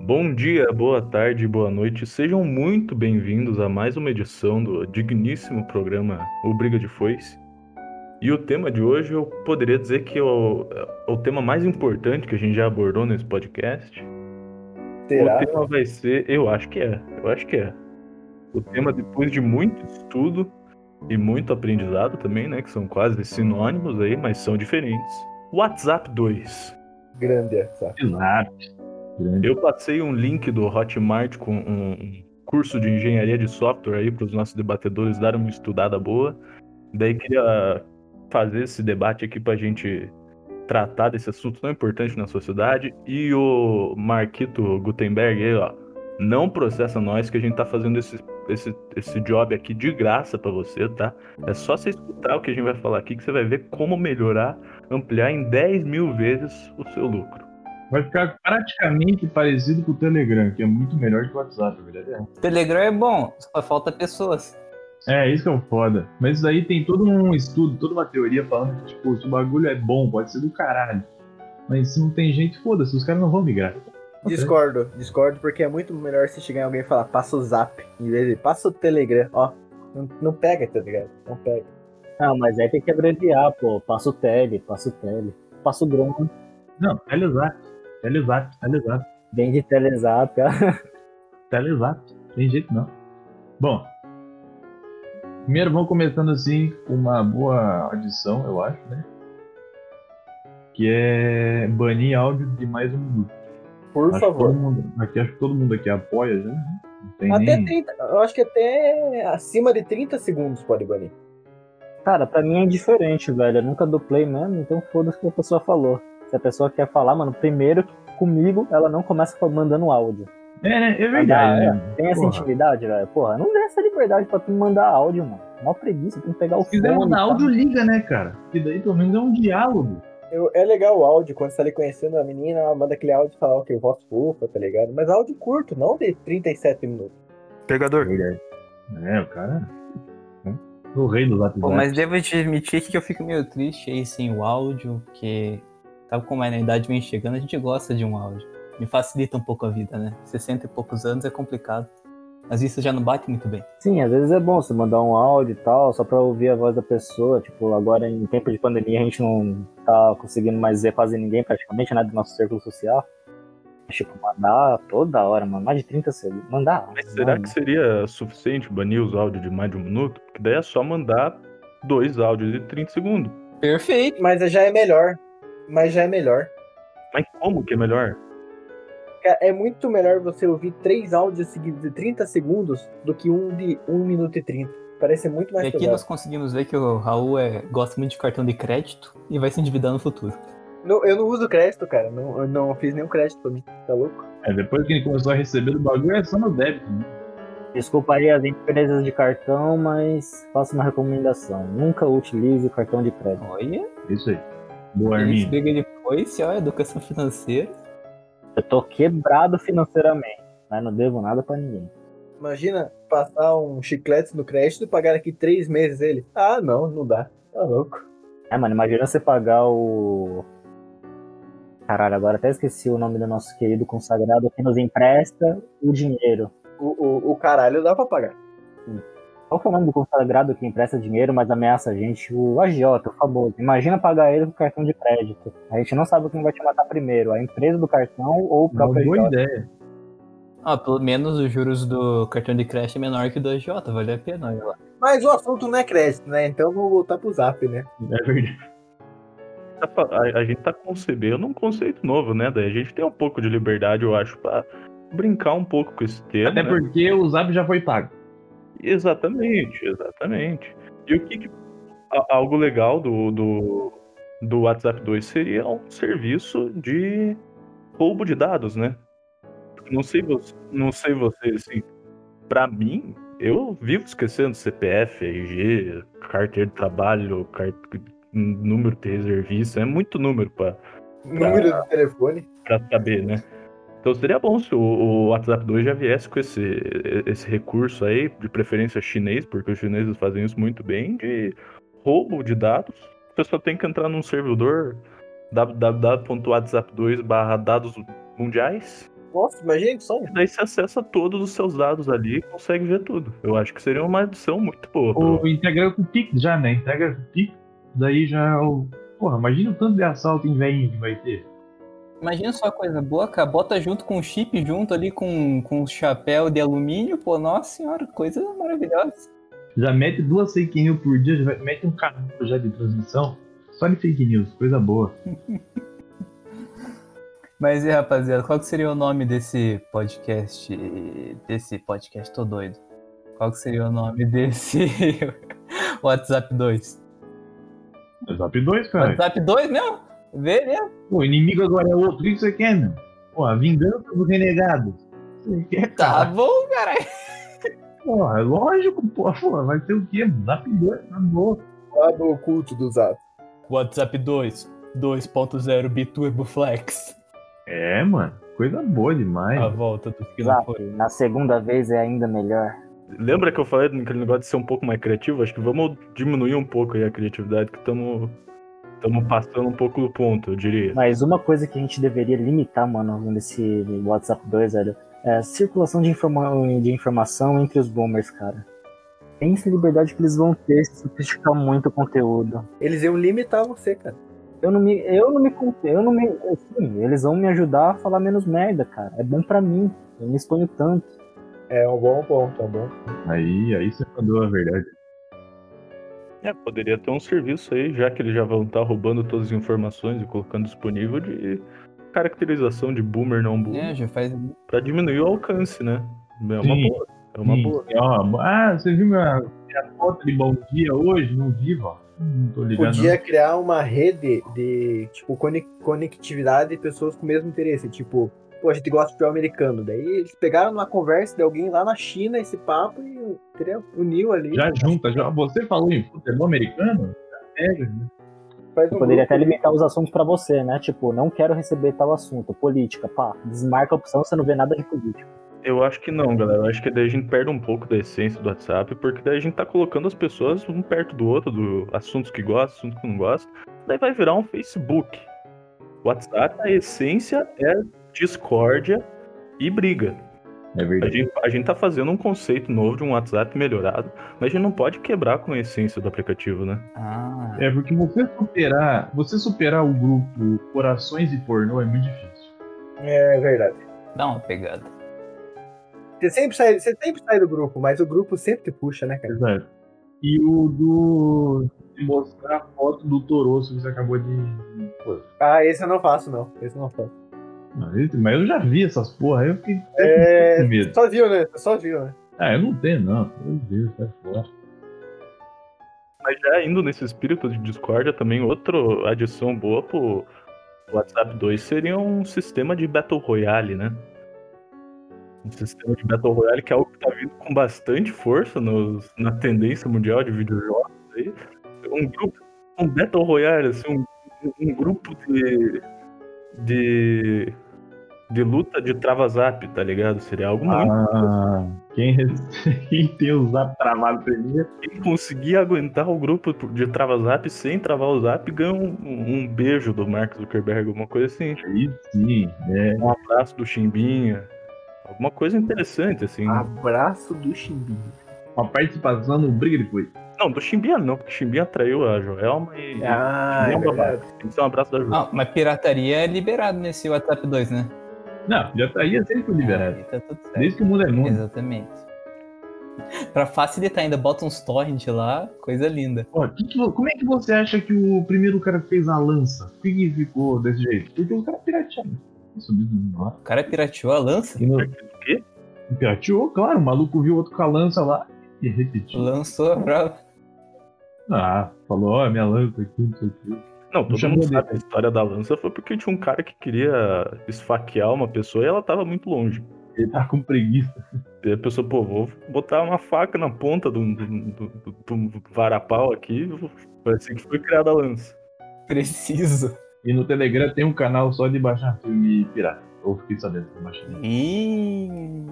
Bom dia, boa tarde, boa noite. Sejam muito bem-vindos a mais uma edição do digníssimo programa O Briga de Foice. E o tema de hoje eu poderia dizer que é o, é o tema mais importante que a gente já abordou nesse podcast. Será? O tema vai ser, eu acho que é, eu acho que é. O tema depois de muito estudo e muito aprendizado também, né, que são quase sinônimos aí, mas são diferentes. WhatsApp 2. Grande essa. Exato. Grande. Eu passei um link do Hotmart com um um curso de engenharia de software aí para os nossos debatedores darem uma estudada boa. Daí queria fazer esse debate aqui para a gente tratar desse assunto tão importante na sociedade. E o Marquito Gutenberg aí, ó, não processa nós que a gente tá fazendo esse, esse, esse job aqui de graça para você, tá? É só você escutar o que a gente vai falar aqui que você vai ver como melhorar, ampliar em 10 mil vezes o seu lucro. Vai ficar praticamente parecido com o Telegram, que é muito melhor que o WhatsApp, na verdade. Telegram é bom, só falta pessoas. É, isso que é o foda. Mas isso aí tem todo um estudo, toda uma teoria falando que, tipo, se o bagulho é bom, pode ser do caralho. Mas se não tem gente, foda-se, os caras não vão migrar. Discordo, discordo, porque é muito melhor se chegar em alguém e falar, passa o zap, em vez de passa o Telegram, ó. Não, não pega, tá ligado? Não pega. Ah, mas aí tem que abreviar, pô. Passa o tele, passa o tele. Passa o grão, Não, Telezap, Telezap, Telezap, vem de telezap. ah. Telezap. Tem jeito não. Bom, primeiro vamos começando assim com uma boa adição, eu acho, né? Que é banir áudio de mais um minuto. Por Acho que favor. todo mundo- aqui, acho que todo mundo aqui apoia já. né? Não tem Até nem... 30, eu acho que até acima de 30 segundos pode banir. Cara, pra mim é diferente, velho. Eu nunca dou play mesmo, então foda-se o que a pessoa falou. Se a pessoa quer falar, mano, primeiro comigo ela não começa fa- mandando áudio. É, né? é verdade. Ah, né? Tem essa Porra. intimidade, velho. Porra, não dá essa liberdade pra tu mandar áudio, mano. Mó preguiça, tem que é. pegar o Se quiser fone, mandar tá? áudio, liga, né, cara? Que daí pelo menos é um diálogo. Eu- é legal o áudio, quando você tá ali conhecendo a menina, ela manda aquele áudio e fala, ok, voz fofa, tá ligado? Mas áudio curto, não de 37 minutos. Pegador. É, o cara. né? O rei do WhatsApp. Pô, mas devo te admitir que eu fico meio triste aí sem o áudio, porque sabe como é na idade vem chegando, a gente gosta de um áudio. Me facilita um pouco a vida, né? 60 e poucos anos é complicado. Mas isso já não bate muito bem. Sim, às vezes é bom você mandar um áudio e tal, só pra ouvir a voz da pessoa. Tipo, agora em tempo de pandemia a gente não tá conseguindo mais ver quase ninguém praticamente, né, do nosso círculo social. Mas, Tipo, mandar toda hora, mano, mais de 30 segundos. Mandar. Mas será mano. que seria suficiente banir os áudios de mais de um minuto? Porque daí é só mandar dois áudios de 30 segundos. Perfeito. Mas já é melhor. Mas já é melhor. Mas como que é melhor? Cara, É muito melhor você ouvir três áudios seguidos de 30 segundos do que um de 1 minuto e 30. Parece muito E mais aqui pesado. nós conseguimos ver que o Raul é, gosta muito de cartão de crédito e vai se endividar no futuro. Não, eu não uso crédito, cara. Não, eu não fiz nenhum crédito pra mim. Tá louco? É, depois que ele começou a receber do bagulho, é só no débito. Né? Desculpa aí as empresas de cartão, mas faço uma recomendação. Nunca utilize o cartão de crédito. Olha, É Isso aí. Boa, a gente Armin. briga depois, ó, educação financeira. Eu tô quebrado financeiramente, mas não devo nada pra ninguém. Imagina passar um chiclete no crédito e pagar aqui três meses ele. Ah, não, não dá. Tá louco. É, mano, imagina você pagar o. Caralho, agora até esqueci o nome do nosso querido consagrado que nos empresta o dinheiro. O, o, o caralho dá pra pagar. Qual que é o nome do consagrado que empresta dinheiro, mas ameaça a gente? O agiota, o famoso. Imagina pagar ele com cartão de crédito. A gente não sabe quem vai te matar primeiro, a empresa do cartão ou o Uma próprio boa agiota. ideia. Ah, pelo menos os juros do cartão de crédito é menor que o do AJ, vale a pena, olha lá. Mas o assunto não é crédito, né? Então vou voltar pro zap, né? É verdade. Tá fa- A, a gente tá concebendo um conceito novo, né? Daí a gente tem um pouco de liberdade, eu acho, pra brincar um pouco com esse tema. Até né? porque o zap já foi pago. Exatamente, exatamente. E o que, que- a- algo legal do, do, do WhatsApp 2 seria um serviço de roubo de dados, né? Não sei, vo- não sei você, assim, pra mim, eu vivo esquecendo CPF, RG, carteira de trabalho, car- número de reservista, é muito número pra, Número do telefone. pra saber, né? Então seria bom se o, o WhatsApp 2 já viesse com esse, esse recurso aí, de preferência chinês, porque os chineses fazem isso muito bem, de roubo de dados. Você só tem que entrar num servidor www.whatsapp2 barra dados mundiais Nossa, imagina que som. Daí você acessa todos os seus dados ali e consegue ver tudo. Eu acho que seria uma adição muito boa. pro- Ou integra com o Pix já, né? Integra com o Pix, daí já é o. Porra, imagina o tanto de assalto em veinho que vai ter. Imagina só a coisa boa, cara. Bota junto com o chip, junto ali com, com o chapéu de alumínio. Pô, nossa senhora, coisa maravilhosa. Já mete duas fake news por dia, já vai- mete um canal já de transmissão. Só de fake news, coisa boa. Mas e aí, rapaziada, qual que seria o nome desse podcast? Desse podcast, tô doido. Qual que seria o nome desse WhatsApp 2? WhatsApp 2, cara. WhatsApp 2 mesmo? Vê mesmo? Pô, o inimigo agora é outro. O que você quer, meu? Pô, a vingança dos renegados. Você quer, Tá cara? bom, caralho. Porra, é lógico, porra, pô, vai ser o quê? Zap 2, tá bom. um Lado oculto do Zap. WhatsApp 2, 2.0 Biturbo Flex. É, mano. Coisa boa demais. Ah, A volta dos que não Zap, foram. na segunda vez é ainda melhor. Lembra que eu falei naquele negócio de ser um pouco mais criativo? Acho que vamos diminuir um pouco aí a criatividade, que estamos passando um pouco do ponto, eu diria. Mas uma coisa que a gente deveria limitar, mano, nesse WhatsApp 2, velho, é a circulação de, informa- de informação entre os boomers, cara. Pensa a liberdade que eles vão ter se sofisticar muito o conteúdo. Eles iam limitar você, cara. Eu não me. Eu não me. con- Eu não me assim, eles vão me ajudar a falar menos merda, cara. É bom pra mim. Eu me exponho tanto. É um bom ponto, é um bom. Aí, aí você mandou a verdade. É, poderia ter um serviço aí, já que eles já vão estar roubando todas as informações e colocando disponível de caracterização de boomer não É, boomer, já faz pra diminuir o alcance, né? É uma Sim. boa. É uma Sim, boa. ó, ah, você viu minha, minha foto de bom dia hoje? Não vi, ó. Não tô ligado. Podia criar uma rede de, tipo, cone- conectividade de pessoas com o mesmo interesse. Tipo, pô, a gente gosta de futebol americano. Daí eles pegaram numa conversa de alguém lá na China esse papo e entendeu? uniu ali. não. Já junta, Tá, já. Você falou em futebol americano? Já pega, né? Faz um Poderia grupo. até limitar os assuntos pra você, né? Tipo, não quero receber tal assunto. Política, pá. Desmarca a opção, você não vê nada de política. Eu acho que não, galera. Eu acho que daí a gente perde um pouco da essência do WhatsApp, porque daí a gente tá colocando as pessoas um perto do outro, do assuntos que gostam, assuntos que não gostam. Daí vai virar um Facebook. WhatsApp, a essência é discórdia e briga. É A verdade. gente, a gente tá fazendo um conceito novo de um WhatsApp melhorado, mas a gente não pode quebrar com a essência do aplicativo, né? Ah, É porque você superar, você superar o grupo Corações e Pornô é muito difícil. É verdade. dá uma pegada. Você sempre, sai, você sempre sai do grupo, mas o grupo sempre te puxa, né, cara? Exato. E o do de mostrar a foto do Toroço que você acabou de. Pô, Ah, esse eu não faço, não. Esse eu não faço. não, esse- mas eu já vi essas porra, aí eu fiquei É. com medo. Só viu, né? Só viu, né? Ah, eu não tenho, não. Meu Deus, sai fora. Mas já indo nesse espírito de discórdia também, outra adição boa pro WhatsApp 2 seria um sistema de Battle Royale, né? Um sistema de Battle Royale que é algo que tá vindo com bastante força nos- na tendência mundial de videojogos aí. Um grupo, um Battle Royale, assim, um, um grupo de, de, de luta de trava-zap, tá ligado? Seria algo muito Ah, quem, quem tem o zap travado primeiro. Quem conseguir aguentar o grupo de trava zap sem travar o zap ganha um, um beijo do Mark Zuckerberg, alguma coisa assim. Aí sim, né? Um abraço do Chimbinha. Alguma coisa interessante, assim. Ah. Abraço do Chimbinho. Uma participação no briga depois. Não, do Chimbinha não, porque o Chimbinha traiu a Joelma e. Ah, é Não, babá. verdade. Tem que ser um abraço da Joelma. Ah, mas pirataria é liberado nesse WhatsApp 2, né? Não, já estaria sempre liberado. Aí tá tudo certo. Desde que o mundo é mundo. Exatamente. Pra facilitar ainda, bota uns torrent lá, coisa linda. Ó, que que vo- como é que você acha que o primeiro cara fez a lança? Por que ficou desse jeito? Porque o cara pirateou. Subiu do lá. O cara pirateou a lança, E no- O quê? Pirateou, claro. O maluco viu outro com a lança lá e repetiu. lançou a brava. Ah, falou, ó, minha lança aqui, não sei o quê. Não, todo Chamou mundo de- sabe a história da lança foi porque tinha um cara que queria esfaquear uma pessoa e ela tava muito longe. Ele tá com preguiça. E a pessoa, pô, vou botar uma faca na ponta um, do, do, do- do- do um, varapau aqui. Foi assim que foi criada a lança. Preciso. E no Telegram tem um canal só de baixar filme pirata. Ou fiquei sabendo que eu baixei. Ih.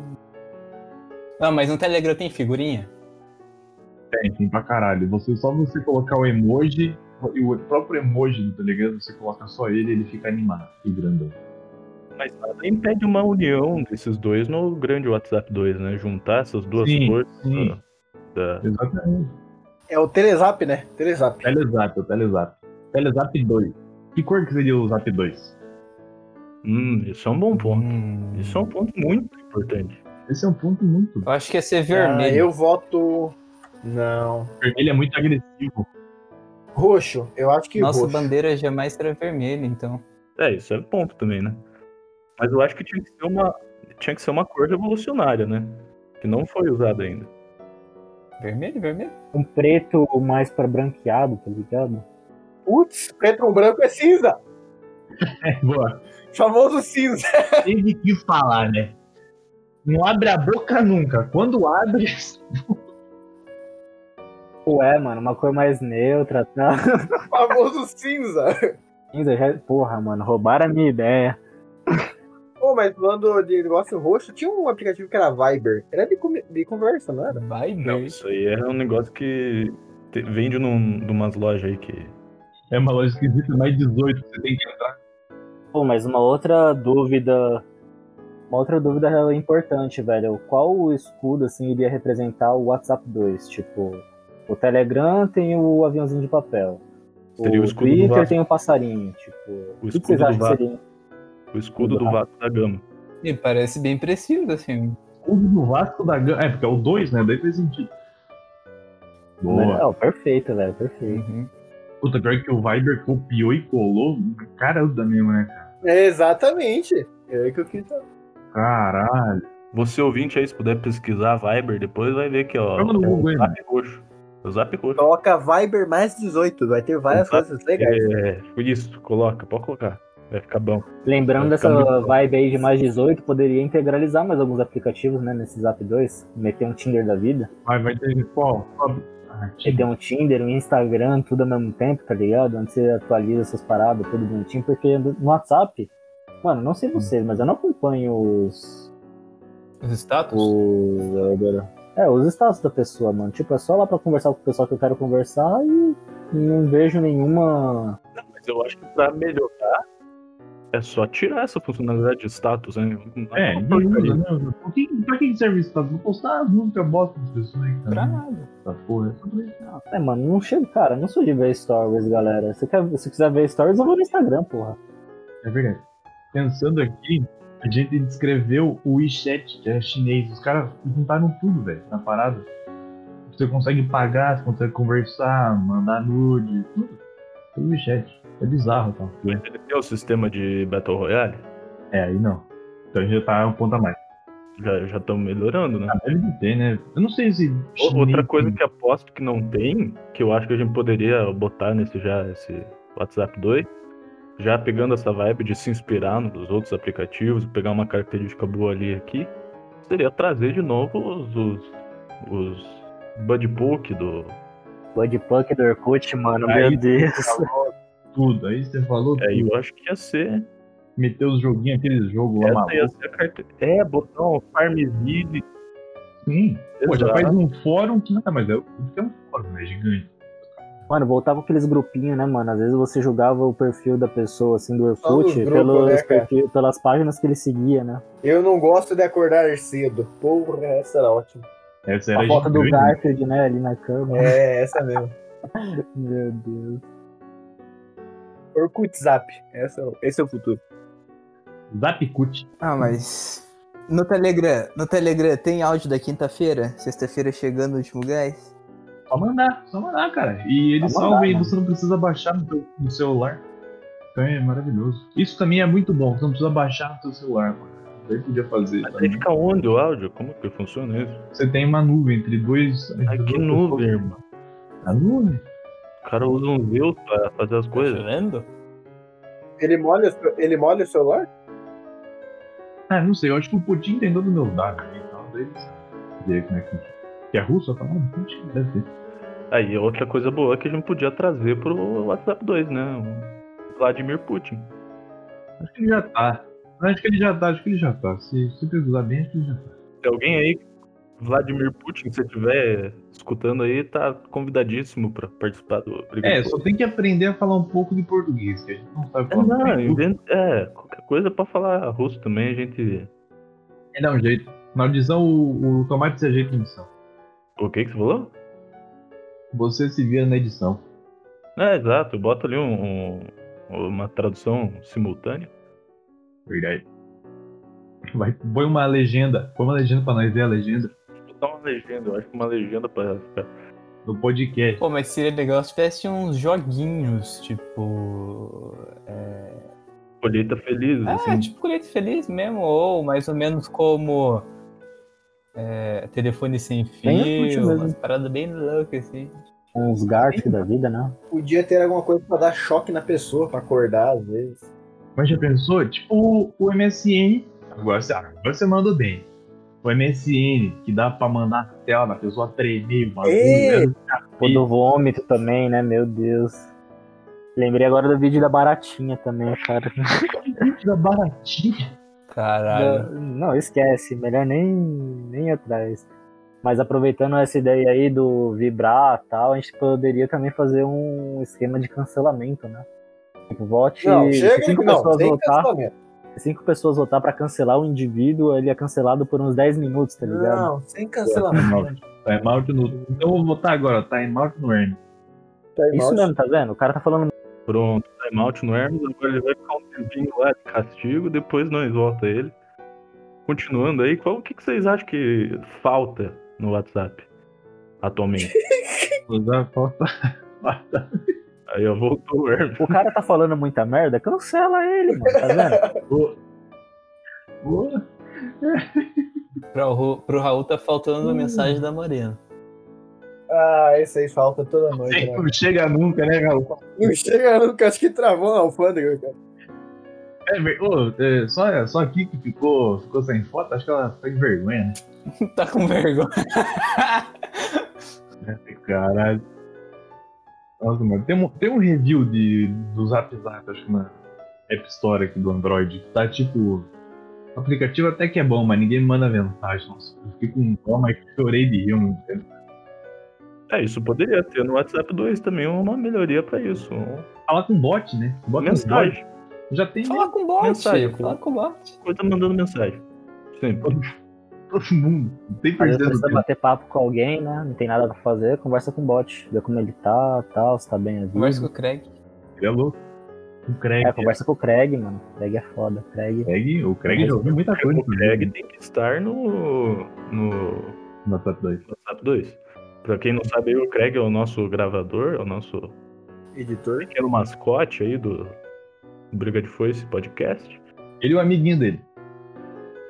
Ah, mas no Telegram tem figurinha? Tem, tem pra caralho. Você, só você colocar o emoji, tá e o próprio emoji do Telegram, você coloca só ele ele fica animado e grandão. Mas nada impede uma união desses dois no grande WhatsApp 2, né? Juntar essas duas Sim, forças ah, tá. sim. da- da- Exatamente. É o Telezap, né? Telezap. Telezap, o Telezap. Telezap 2. Que cor que seria o Zap 2? Hum, isso é um bom ponto. Hum, Isso é um ponto muito importante. Esse é um ponto muito. Eu acho que ia ser Ah, vermelho. eu voto. Não. Vermelho é muito agressivo. Roxo. Eu acho que Nossa roxo. bandeira jamais será vermelha, então. É, isso é ponto também, né? Mas eu acho que tinha que ser uma, tinha que ser uma cor revolucionária, né? Que não foi usada ainda. Vermelho, vermelho? Um preto mais pra branqueado, tá ligado? Putz, preto com branco é cinza. É, boa. Famoso cinza. Teve que falar, né? Não abre a boca nunca. Quando abre. Ué, mano, uma cor mais neutra, tá? Famoso cinza. Cinza já... Porra, mano, roubaram a minha ideia. Ô, mas falando de negócio roxo, tinha um aplicativo que era Viber. Era de, come- de conversa, não era? Vai Não, ver. isso aí é um negócio que te- vende num, de umas lojas aí que. É uma loja esquisita, mais 18. Você tem que entrar. Pô, mas uma outra dúvida... Uma outra dúvida importante, velho. Qual o escudo, assim, iria representar o WhatsApp 2? Tipo, o Telegram tem o aviãozinho de papel. O Seria o escudo do Twitter Vasco. tem o passarinho, tipo... O O que que escudo vocês do acham que Vasco, seria? o escudo do Vasco da Gama. Me parece bem preciso, assim. Clube do Vasco da Gama. É, porque é o 2, né? Daí faz sentido. Boa. Não, perfeito, velho, perfeito. Uhum. Puta, pior que o Viber copiou e colou. Caramba, mesmo, né? cara? É, exatamente. É que eu quis saber. Caralho. Você ouvinte aí, se puder pesquisar Viber depois, vai ver que, ó. Joga no é o Google aí, Zap roxo. É O Zap roxo. Toca Viber mais 18. Vai ter várias Exato. coisas legais. É, isso, coloca, pode colocar. Vai ficar bom. Lembrando Vai dessa ficar muito bom. vibe aí de mais 18, poderia integralizar mais alguns aplicativos, né, nesse Zap 2. Meter um Tinder da vida. Vai, vai ter qual? Ah, Meter um Tinder, um Instagram, tudo ao mesmo tempo, tá ligado? Onde você atualiza essas paradas, tudo bonitinho. Porque no WhatsApp, mano, não sei vocês, mas eu não acompanho os... Os status? os agora- é, os status da pessoa, mano. Tipo, é só lá pra conversar com o pessoal que eu quero conversar e não vejo nenhuma... Mas eu acho que pra melhorar, é só tirar essa funcionalidade de status, né? Não É, uma ninguém porcaria. usa, né? Por que, pra que serve isso? Pra postar as músicas bosta das pessoas aí, cara. Pra nada. Essa porra. é só pra isso. É, mano, não chega, cara, não sou de ver stories, galera. Se, quer, se quiser ver stories, eu vou no Instagram, porra. É verdade. Pensando aqui, a gente descreveu o WeChat, que é chinês. Os caras juntaram tudo, velho, na parada. Você consegue pagar, você consegue conversar, mandar nude, tudo. Tudo WeChat. É bizarro, tá? Mas Ele tem o sistema de Battle Royale, É, aí não. Então a gente já tá um ponto a mais. já já estão melhorando, né? Ah, deve ter, né? Eu não sei se. O- chinês Outra coisa tem- que aposto que não tem, que eu acho que a gente poderia botar nesse já, esse WhatsApp 2, já pegando essa vibe de se inspirar nos outros aplicativos, pegar uma característica boa ali e aqui, seria trazer de novo os, os, os Buddy Book do. Budpunk do Orkut, mano, Aí- tá meu Deus. Tudo. Aí você falou, É, tudo. eu acho que ia ser. meteu os joguinhos, aqueles jogos lá Essa maluco. ia ser a carte... É, botar um Farmville. Sim. Pô, já Exato. faz um fórum que. Ah, mas é, é um fórum, né? Gigante. Mano, voltava aqueles grupinhos, né, mano? Às vezes você julgava o perfil da pessoa, assim, do Só nos Orkut, grupos, pelos né, cara? perfil- pelas páginas que ele seguia, né? Eu não gosto de acordar cedo. Porra, essa era ótima. Essa era A foto do gigante. Garfield, né, ali na cama. É, essa mesmo. É. Meu Deus. Orkut Zap. Essa, esse é o futuro. Zapcut. Ah, mas. No Telegram, no Telegram tem áudio da quinta-feira? Sexta-feira chegando o último gás? Só mandar, só mandar, cara. E ele Só mandar, salva e né? mano. você não precisa baixar no, teu, no celular. Então é maravilhoso. Isso também é muito bom, você não precisa baixar no seu celular, mano. Daí podia fazer. Mas aí também. fica onde o áudio? Como que funciona isso? Você tem uma nuvem entre dois. Ai, entre que duas nuvem, pessoas. irmão. A nuvem? O cara usa um Deus pra fazer as coisas. vendo? Ele molha, ele molha o celular? Ah, não sei, eu acho que o Putin tem todos os meus dados ali e tal. Então, Daí eles- Vê como é que. Que é russo? Eu falo, ah, acho que deve ter. Aí, outra coisa boa é que a gente podia trazer pro WhatsApp 2, né? O Vladimir Putin. Acho que ele já tá. Acho que ele já tá, acho que ele já tá. Se, se pesquisar bem, acho que ele já tá. Se alguém aí, Vladimir Putin, se estiver escutando aí, tá convidadíssimo pra participar do Briga É, de só tem que aprender a falar um pouco de português, que a gente não sabe É, falar. não, muito bem. inventa- é, qualquer coisa pode falar russo também, a gente. Ele dá um jeito. Na audição, o, o Tomate se ajeita na edição. O que que você falou? Você se vira na edição. É, exato, bota ali um, um- uma tradução simultânea. Verdade. Vai, põe uma legenda. Põe uma legenda pra nós ver a legenda Vou botar uma legenda, eu acho que uma legenda pra ficar. no podcast. Pô, mas seria legal se tivesse uns joguinhos, tipo. Colheita feliz, Ah, assim. tipo colete feliz mesmo, ou mais ou menos como. é, telefone sem Bem útil fio, mesmo. umas paradas bem loucas assim. Uns Gartic da vida, né? Podia ter alguma coisa pra dar choque na pessoa, pra acordar, às vezes. Mas já pensou? Tipo o MSN. Agora você, agora você mandou bem. O MSN, que dá pra mandar a tela na pessoa tremer, o bagulho. né? Ei! O do vômito também, né? Meu Deus. Lembrei agora do vídeo da baratinha também, cara. Era da baratinha. Caralho. Não, esquece. Melhor nem, nem ir atrás. Mas aproveitando essa ideia aí do vibrar e tal, a gente poderia também fazer um esquema de cancelamento, né? Tipo, vote. Não, chega se cinco não, pessoas sem votar, cancelamento. se cinco pessoas votar pra cancelar o indivíduo, ele é cancelado por uns 10 minutos, tá ligado? Não, sem cancelamento. Timeout no. Então eu vou votar agora, timeout no Hermes. Isso mesmo, tá vendo? O cara tá falando Pronto, timeout no Hermes, agora ele vai ficar um tempinho lá de castigo, depois nós volta ele. Continuando aí, qual o que, que vocês acham que falta no WhatsApp atualmente? Usar é, falta. falta- aí eu voltou o Hermes. O cara tá falando muita merda, cancela ele, mano, tá vendo? Ô. Ô. Pro, Ru- pro Raul tá faltando a mensagem da Morena. Ah, esse aí falta toda noite. né? Não chega nunca, né, Raul? Não chega nunca, acho que travou na alfândega, cara. É, ver- ô, é, só, só aqui que ficou, ficou sem foto, acho que ela tá em vergonha, né? tá com vergonha. Caralho. Nossa, mano, tem um, tem um review de, do Zap Zap, acho que na App Store aqui do Android, que tá tipo. O aplicativo até que é bom, mas ninguém me manda mensagem. Nossa, eu fiquei com dó, mas chorei de rir. mano. É, isso poderia ter no WhatsApp 2 também uma melhoria pra isso. Uma Falar com bot, né? Bota um mensagem. bot. Já tem Fala com o bot, Mensagem, fala com o bot. Coisa mandando mensagem. Sempre. todo mundo. Não tem Às vezes perdendo precisa tempo. bater papo com alguém, né? Não tem nada pra fazer, conversa com o bot, vê como ele tá, tal, se tá bem a vida. Conversa com o Craig. É louco. O Craig. É, conversa com o Craig, mano. Craig é foda, Craig. Craig- o é Craig já ouviu muita coisa. né, O tag tem que estar no, no No Zap 2. WhatsApp 2. Pra quem não sabe, aí, o Craig é o nosso gravador, é o nosso Editor? pequeno mascote aí do Briga de Foice podcast. Ele e o amiguinho dele.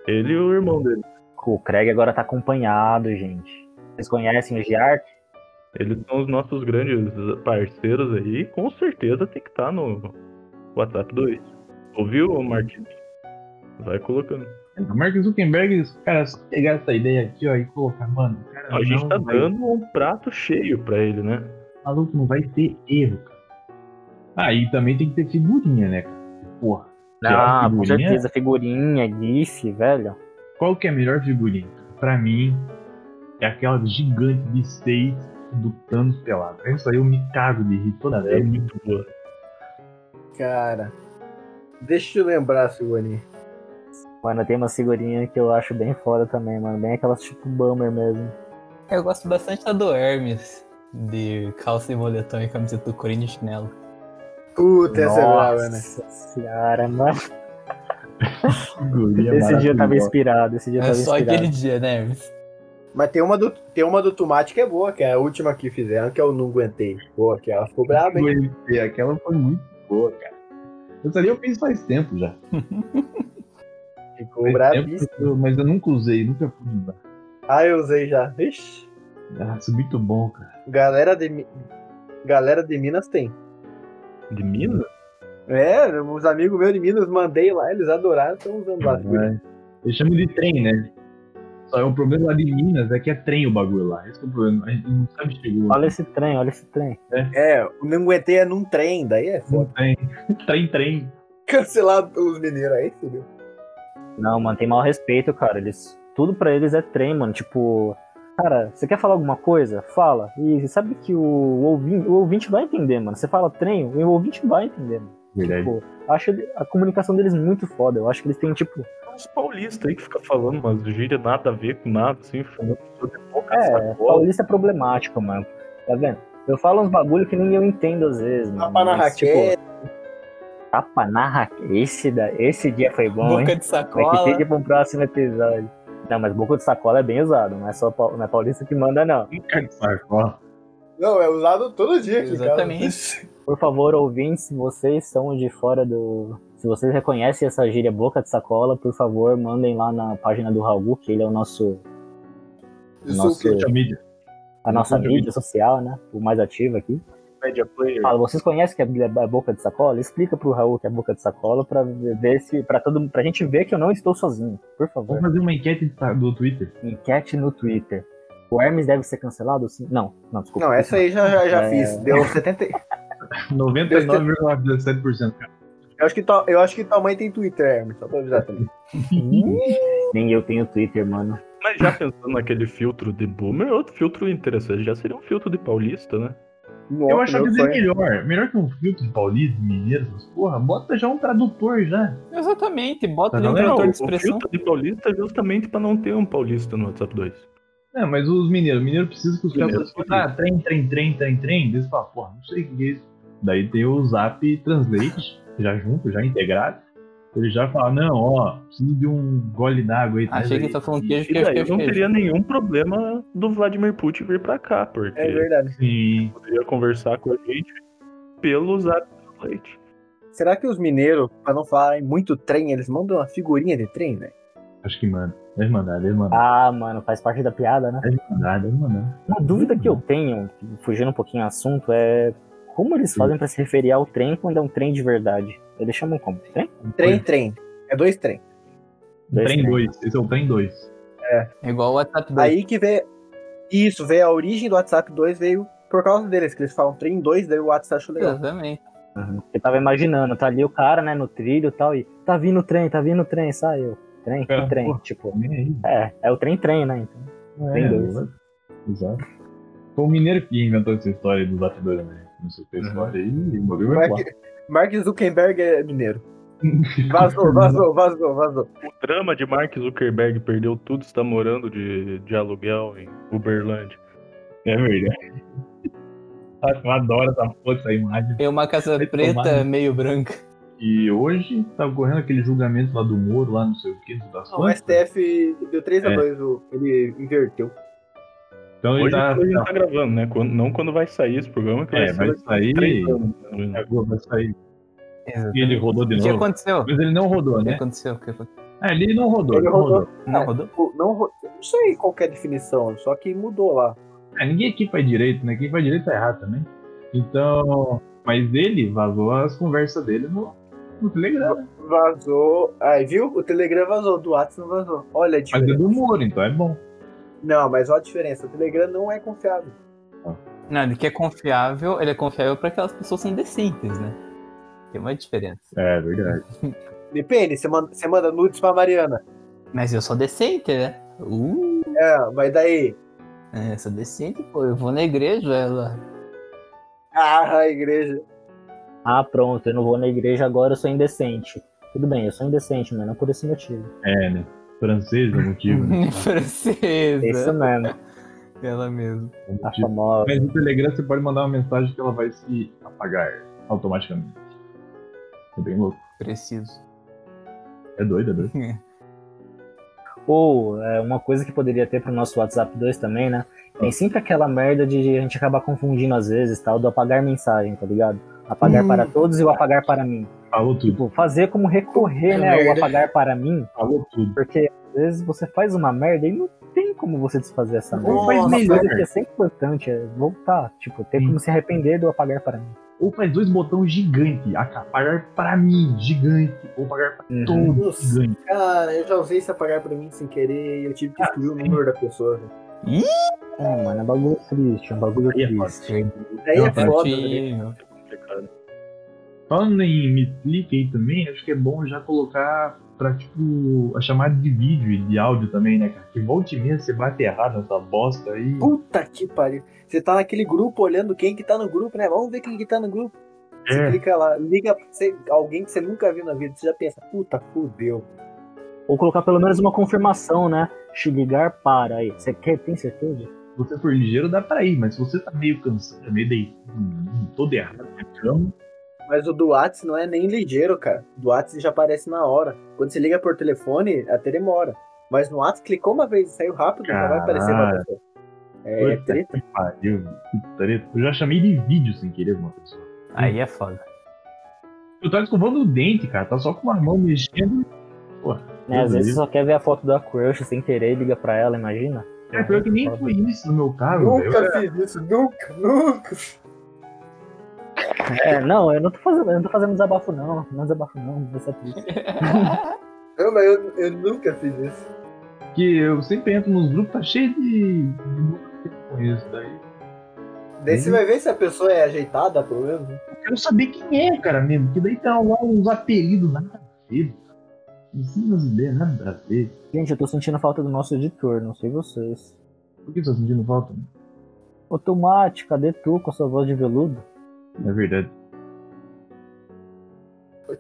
Ele e o irmão dele. O Craig agora tá acompanhado, gente. Vocês conhecem o Giart? Eles são os nossos grandes parceiros aí. Com certeza tem que estar no WhatsApp 2. Ouviu, Marquinhos? Vai colocando. O Mark Zuckerberg, os caras pegaram essa ideia aqui, ó, e colocar, mano, o cara, A gente não tá vai- dando um prato cheio pra ele, né? maluco, não vai ter erro, cara. Ah, e também tem que ter figurinha, né, cara? Porra. Ah, Pior com figurinha? certeza, figurinha, GIF, velho. Qual que é a melhor figurinha? Pra mim, é aquela gigante de seis do Thanos pelado. Essa aí eu me cago de rir toda É vez. muito boa. Cara. Deixa eu lembrar, Silvani. Mano, tem uma figurinha que eu acho bem foda também, mano. Bem aquelas tipo bummer mesmo. Eu gosto bastante da do Hermes. De calça e moletom e camiseta do Corinthians e chinelo. Puta, essa é brava, né? Nossa senhora, mano. Figurinha Esse dia eu tava maravilhosa. inspirado, esse dia eu É tava só inspirado. aquele dia, né, Hermes? Mas tem uma, do, tem uma do Tomate que é boa, que é a última que fizeram, que eu não aguentei. Boa, que ela ficou braba, hein? Aguentei, Aquela foi muito boa, cara. Essa ali eu fiz faz tempo já. Ficou Faz brabíssima. tempo, mas eu nunca usei, nunca né? pude usar. Ah, eu usei já. Ixi. Nossa, Ah, é muito bom, cara. Galera de, Mi- galera de Minas tem. De Minas? É, os amigos meus de Minas mandei lá, eles adoraram, estão usando lá. É. Eu chamo de trem, né? Só é o problema lá de Minas é que é trem o bagulho lá. Esse que é o problema. A gente não sabe se chegou. Olha esse trem, olha esse trem. É, o não aguentei é num trem, daí é Não foda. tem. Trem, trem. Cancelado pelos mineiros aí, fudeu. Não, mano, tem mau respeito, cara. Eles, tudo pra eles é trem, mano. Tipo, cara, você quer falar alguma coisa? Fala. E você sabe que o ouvinte, o ouvinte vai entender, mano. Você fala trem, o ouvinte vai entender. Mano. Verdade. Tipo, acho a comunicação deles muito foda. Eu acho que eles têm, tipo, Os paulistas É aí que fica falando umas gírias nada a ver com nada, assim, falando sobre boca É, sacola. paulista é problemático, mano. Tá vendo? Eu falo uns bagulho que nem eu entendo às vezes, mano. Tapa na mas, raquete. Tipo, tapa na raquete. Esse, da... Esse dia foi bom, Boca hein? de Vai que sacola. tem que ir pra um próximo episódio. Não, mas boca de sacola é bem usado, não é só pau- não é paulista que manda, não. Nunca que sacola. Não, é usado todo dia aqui, é Exatamente. Por favor, ouvintes, se vocês são de fora do. Se vocês reconhecem essa gíria boca de sacola, por favor, mandem lá na página do Raul, que ele é o nosso, cara. Isso é Nossa, o quê? Social media. a nossa Entendi. mídia social, né? O mais ativo aqui. Média player. Fala, vocês conhecem o que é a boca de sacola? Explica pro Raul que é boca de sacola pra ver se. para todo pra gente ver que eu não estou sozinho. Por favor. Vamos fazer uma enquete de- do Twitter. Enquete no Twitter. O Hermes deve ser cancelado? Sim. Não, não, desculpa. Não, essa aí já, já, já É. fiz. Deu 70. e- 99,17%. cara. Eu acho, que tua, eu acho que tua mãe tem Twitter, Hermes. Só pra avisar também. Hum, Nem eu tenho Twitter, mano. Mas já pensando naquele filtro de boomer, outro filtro interessante, já seria um filtro de paulista, né? Eu Nossa, acho meu que é sonho. melhor. Melhor que um filtro de paulista, mineiro, essas porra. Bota já um tradutor já. Exatamente, bota Tá ali um vendo? Não, tradutor de o expressão. filtro de paulista é justamente pra não ter um paulista no WhatsApp 2. É, mas os mineiros. Mineiro precisa que os caras Mineiro escutem. Ah, trem, trem, trem, trem, trem. Eles falam, porra, não sei o que é isso. Daí tem o Zap Translate, já junto, já integrado. Ele já fala, não, ó, preciso de um gole d'água aí. traz Achei que aí. ele tá falando queijo, E queijo, daí eu queijo, não queijo. teria nenhum problema do Vladimir Putin vir pra cá, porque É verdade. Sim. poderia conversar com a gente pelo Zap Translate. Será que os mineiros, pra não falarem muito trem, eles mandam uma figurinha de trem, velho? Acho que manda. Deve mandar, deve mandar. Ah, mano, faz parte da piada, né? Deve mandar, deve mandar. Uma dúvida que eu tenho, fugindo um pouquinho do assunto, é como eles fazem pra se referir ao trem quando é um trem de verdade? Eles chamam como? Trem? Trem, trem. É dois trem. Dois Trem trem. 2. Esse é o trem 2. É igual o WhatsApp 2. Aí que vê. Isso, vê a origem do WhatsApp 2 veio por causa deles, que eles falam trem 2, daí o WhatsApp achou É, legal. Exatamente. Eu tava imaginando, tá ali o cara, né, no trilho e tal, e tá vindo o trem, tá vindo o trem, saiu. Trem, que É, trem, pô. tipo. É, É, é o trem-trem, né? Então. Trem dois. exato. Exato. Foi o mineiro que inventou essa história do Zap 2, né? Começou com a história e o bagulho é vai Mark, voar. Mark Zuckerberg é mineiro. Vazou, vazou, vazou, vazou. O drama de Mark Zuckerberg perdeu tudo, está morando de, de aluguel em Uberlândia. É verdade. Eu adoro essa porra, essa imagem. Tem uma casa Vai preta, tomar, né? meio branca. E hoje tá ocorrendo aquele julgamento lá do Moro, lá não sei o que, não sei das O quantas. STF deu 3 a É. 2 o- ele inverteu. Então ele Hoje tá. a gente tá- tá gravando, né? Quando- não quando vai sair esse programa, que É, vai vai ser sair. três anos, né, Luiz? é, Vai sair. E ele rodou de O que novo. aconteceu? Mas ele não rodou, O que né? aconteceu? O que aconteceu? Ah, ele não rodou. Ele não rodou. rodou. Não É. rodou? Tipo, Não, ro- eu não sei qual que é a definição, só que mudou lá. Ah, ninguém aqui faz direito, né? Quem faz direito tá errado também. Então. Mas ele vazou as conversas dele no, no Telegram. né? Vazou. Aí, viu? O Telegram vazou, do WhatsApp não vazou. Olha a Mas diferença. é do Moro, então é bom. Não, mas olha a diferença. O Telegram não é confiável. Não, ele que é confiável, ele é confiável pra aquelas pessoas que são decentes, né? Tem uma diferença. É verdade. Depende, você manda, você manda nudes pra Mariana. Mas eu sou decente, né? Uh, É, mas daí. é, eu sou decente, pô. Eu vou na igreja, ela. Ah, a igreja. Ah, pronto, eu não vou na igreja agora, eu sou indecente. Tudo bem, eu sou indecente, mas não por esse motivo. É, né? Francês é o motivo. né? É isso Francesa. mesmo, tá Ela mesmo. É o a motivo. famosa. Mas no Telegram você pode mandar uma mensagem que ela vai se apagar automaticamente. É bem louco. Preciso. É doido, é doido. Ou é, uma coisa que poderia ter pro nosso WhatsApp 2 também, né? Ah. Tem sempre aquela merda de a gente acabar confundindo às vezes, tal, do apagar mensagem, tá ligado? Apagar Hum. para todos e o apagar para mim. Falou tudo, Tipo, fazer como recorrer, né? O É Merda. apagar para mim, falou tudo. porque às vezes você faz uma merda e não tem como você desfazer essa merda. Nossa. Hum. Uma coisa que é sempre importante é voltar, tipo, ter como se arrepender do apagar para mim. Ou faz dois botões gigante, apagar pra mim, gigante, ou apagar pra Uhum. todo, Nossa. gigante. Cara, eu já usei isso apagar pra mim sem querer e eu tive que Ah, excluir o número da pessoa. né? velho. Ah, mano, é um bagulho triste, é um bagulho Aí é triste. Daí Não, é cara, foda. né? Certinho. Complicado. Falando em me clica aí também, acho que é bom já colocar pra, tipo, a chamada de vídeo e de áudio também, né, cara? Que volta e meia você bate errado nessa bosta aí. Puta que pariu. Você tá naquele grupo olhando quem que tá no grupo, né? Vamos ver quem que tá no grupo. Você É. clica lá, liga pra você- alguém que você nunca viu na vida, você já pensa, puta, fudeu. Ou colocar pelo menos uma confirmação, né? Se ligar para aí. Você quer, tem certeza? Se você for ligeiro, dá pra ir, mas se você tá meio cansado, meio deitado, hum, todo errado na cama, Mas o do Whats não é nem ligeiro, cara. Do Whats já aparece na hora. Quando você liga por telefone, até demora. Mas no Whats, clicou uma vez e saiu rápido, já vai aparecer pra Caralho. pessoa. É, é Puta treta. que pariu, que treta. Eu já chamei de vídeo sem querer uma pessoa. Aí é foda. Eu tava escovando o dente, cara, tá só com uma mão mexendo. Né? Às Uhum. vezes você só quer ver a foto da crush sem querer e liga pra ela, imagina. É, pior que nem foi isso no meu caso. velho. fiz isso, nunca, nunca. É, não, eu não tô fazendo, eu não tô fazendo desabafo não, não desabafo não, não é triste. Eu, mas eu, eu nunca fiz isso. Porque eu sempre entro nos grupos, tá cheio de. de grupo que eu não conheço, daí. Daí você Hum. vai ver se a pessoa é ajeitada, pelo menos. né? Eu quero saber quem é, cara, mesmo. Que daí tá lá uns apelidos nada a ver. cara. Não sei umas ideias, nada a ver. Gente, eu tô sentindo falta do nosso editor, não sei vocês. Por que você tá sentindo falta? Ô Tomate, cadê tu com a sua voz de veludo? É verdade.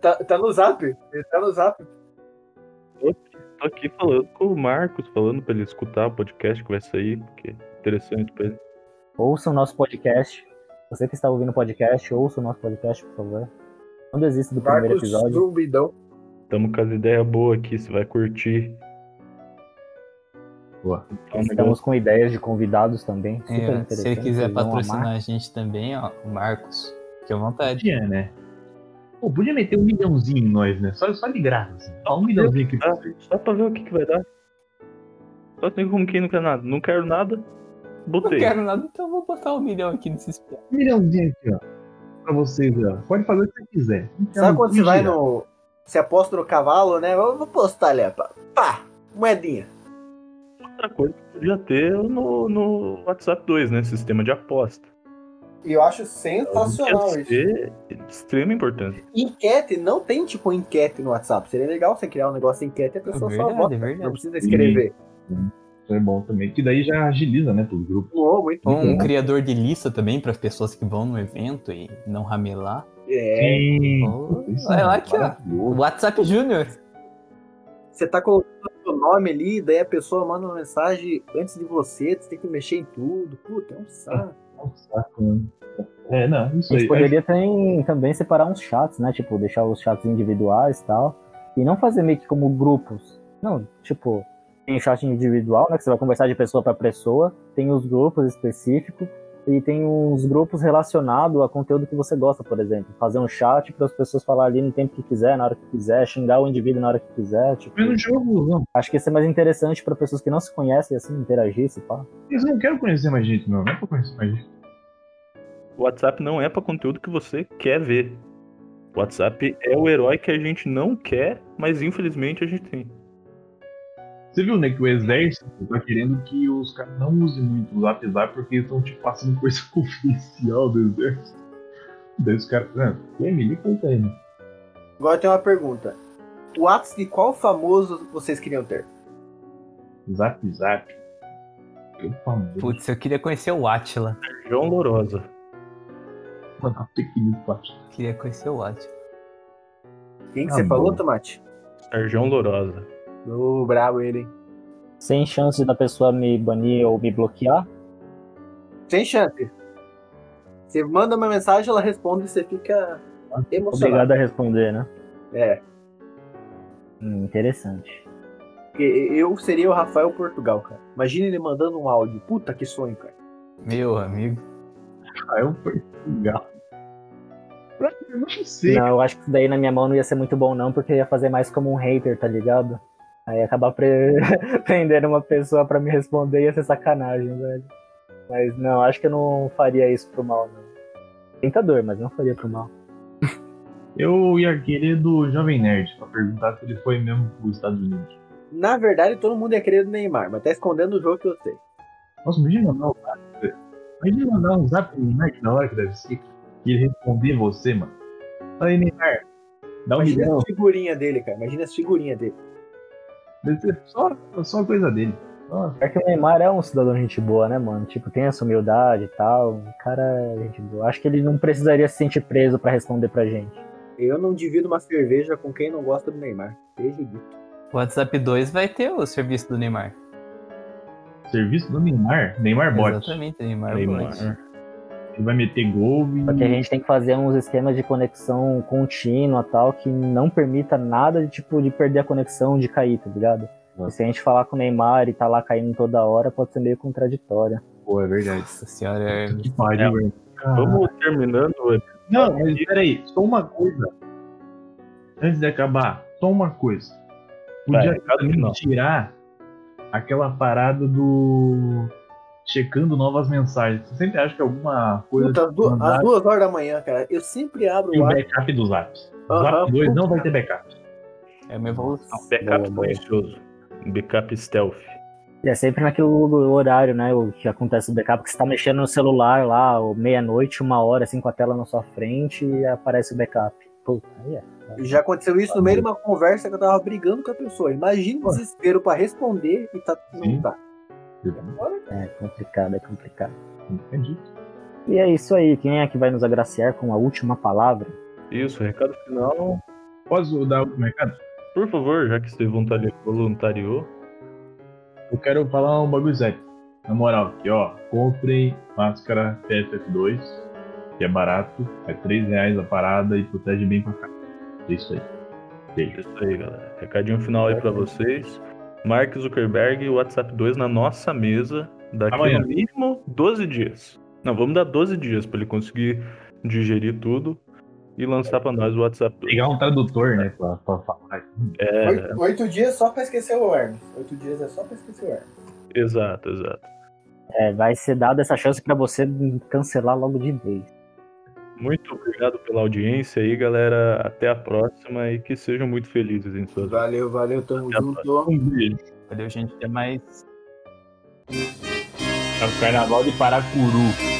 Tá, tá no zap, ele tá no zap. Tô tá aqui falando com o Marcos, falando pra ele escutar o podcast que vai sair, porque é interessante pra ele. Ouça o nosso podcast. Você que está ouvindo o podcast, ouça o nosso podcast, por favor. Não desista do primeiro Marcos episódio. Zumbidão. Tamo com as ideias boas aqui, você vai curtir. Boa. Tá um Estamos com ideias de convidados também. Super É, interessantes. se ele quiser vocês vão patrocinar amar. a gente também, ó, o Marcos, fique à vontade. Podia, né? Pô, podia meter um milhãozinho em nós, né? Só, só de graça. Assim. Só um milhãozinho aqui pra Ah, vocês. Só pra ver o que, que vai dar. Só tem como quem não quer nada. Não quero nada, Não botei. quero nada, então eu vou botar um milhão aqui nesse espião. Um milhãozinho aqui, ó. Pra vocês, ó. Pode fazer o que você quiser. Então, Não quero Sabe quando você vai girar. no. Você aposta no cavalo, né? Eu vou postar ali, ó, pá, pá, moedinha. Outra coisa que podia ter é no, no WhatsApp 2, né? Sistema de aposta. E eu acho Ia ser extrema importância. Enquete, não tem tipo enquete no WhatsApp. Seria legal você criar um negócio de enquete e a pessoa É só verdade, vota. é verdade. Não precisa escrever. Isso é bom também. Que daí já agiliza, né? Pro grupo. Boa, muito Ou um Uhum. criador de lista também para pessoas que vão no evento e não ramelar. É. Sim. Ou- Isso Olha é lá aqui, ó. maravilhoso. WhatsApp Júnior. Você tá colocando o seu nome ali, daí a pessoa manda uma mensagem antes de você, você tem que mexer em tudo. Puta, é um saco. É um saco, né? É, não, A isso gente aí. poderia tem- também separar uns chats, né? Tipo, deixar os chats individuais e tal. E não fazer meio que como grupos. Não, tipo, tem chat individual, né? Que você vai conversar de pessoa pra pessoa. Tem os grupos específicos. E tem uns grupos relacionados a conteúdo que você gosta, por exemplo. Fazer um chat para as pessoas falar ali no tempo que quiser, na hora que quiser, xingar o indivíduo na hora que quiser. Tipo, Mas no jogo, não. acho que ia ser mais interessante para pessoas que não se conhecem assim interagir, se pá. Eu não quero conhecer mais gente, não. Não é pra conhecer mais gente. O WhatsApp não é pra conteúdo que você quer ver. O WhatsApp é o herói que a gente não quer, mas infelizmente a gente tem. Você viu, né, que o exército tá querendo que os caras não usem muito o zap zap porque estão, tipo, passando coisa oficial do exército. Daí os caras. Ah, quem me liga conta aí, né? Agora tem uma pergunta. O Whats de qual famoso vocês queriam ter? Zap zap. Eu falo, Putz, eu queria conhecer o Atila. João Lourosa. mano, tem que me falar. Queria conhecer o Atila. Quem que Ah, você bom. falou, Tomate? Sarjão Lourosa. Ô, brabo ele, hein? Sem chance da pessoa me banir ou me bloquear. Sem chance. Você manda uma mensagem, ela responde e você fica emocionado. Obrigado a responder, né? É. Hum, interessante. Porque eu seria o Rafael Portugal, cara. Imagina ele mandando um áudio. Puta que sonho, cara. Meu amigo. Ah, eu Portugal. Pra que eu não sei. Não, eu acho que isso daí na minha mão não ia ser muito bom, não, porque eu ia fazer mais como um hater, tá ligado? Aí ia acabar pre... prendendo uma pessoa pra me responder ia ser sacanagem, velho. Mas não, acho que eu não faria isso pro mal, não. Tentador, mas não faria pro mal. Eu ia querer do Jovem Nerd pra perguntar se ele foi mesmo pros Estados Unidos. Na verdade, todo mundo ia querer do Neymar, mas tá escondendo o jogo que eu sei. Nossa, imagina mandar um zap. velho. Imagina mandar um zap pro Neymar na hora que deve ser. E ele responder você, mano. Fala aí, Neymar. Dá um Imagina milhão. as figurinhas dele, cara. Imagina as figurinhas dele. Deve ser só, só coisa dele. Nossa, É que o Neymar é um cidadão gente boa, né, mano? Tipo, tem essa humildade e tal. O cara é gente boa. Acho que ele não precisaria se sentir preso pra responder pra gente. Eu não divido uma cerveja com quem não gosta do Neymar. Beijo dito. O WhatsApp 2 vai ter o serviço do Neymar. serviço do Neymar? Neymar Bot. Exatamente, Neymar. Neymar. Bot. Ele vai meter gol Só que a e. gente tem que fazer uns esquemas de conexão contínua tal, que não permita nada de tipo de perder a conexão, de cair, tá ligado? Nossa. E se a gente falar com o Neymar e tá lá caindo toda hora, pode ser meio contraditório. Pô, é verdade. Nossa senhora, é- Que pariu, velho. Ah. Vamos terminando Não, mas peraí, só uma coisa. Antes de acabar, só uma coisa. Um Vai, Podia recado também final. tirar aquela parada do. checando novas mensagens. Você sempre acha que alguma coisa. Puta, às du- às duas, mandaram horas da manhã, cara. Então, Eu sempre abro e o o ar. backup do Zap. Aham, Zap 2 não puta. vai ter backup. é uma evolução. backup Boa, boa. silencioso. Backup stealth. E é sempre naquele horário, né? O que acontece no backup, que você tá mexendo no celular lá, ou meia-noite, uma hora, assim, com a tela na sua frente e aparece o backup. Puta, aí é. E Já aconteceu isso no meio de uma conversa que eu tava brigando com a pessoa. Imagina o desespero pra responder e tá. Sim. Não dá. Agora, É complicado, é complicado. Entendi. E é isso aí, quem é que vai nos agraciar com a última palavra? Isso, recado final. Posso dar o mercado? Por favor, já que você voluntari- voluntariou. Eu quero falar um bagulho sério. Na moral, aqui ó, comprem máscara PFF2, que é barato, é 3 reais a parada e protege bem pra cá. É isso aí. Beijo. Isso aí, galera. Recadinho final aí pra vocês. Mark Zuckerberg e o WhatsApp 2 na nossa mesa daqui Amanhã. no mínimo 12 dias. Não, vamos dar 12 dias pra ele conseguir digerir tudo e lançar pra nós o WhatsApp 2. Pegar um tradutor, né, pra, pra falar. É, oito, oito dias só pra esquecer o Hermes. Oito dias é só pra esquecer o Hermes. exato, exato. É, vai ser dada essa chance pra você cancelar logo de vez. Muito obrigado pela audiência aí, galera. Até a próxima e que sejam muito felizes em suas vidas. Valeu, valeu, tamo Até a junto. Um beijo. é Valeu, gente. Até mais. É o carnaval de Paracuru.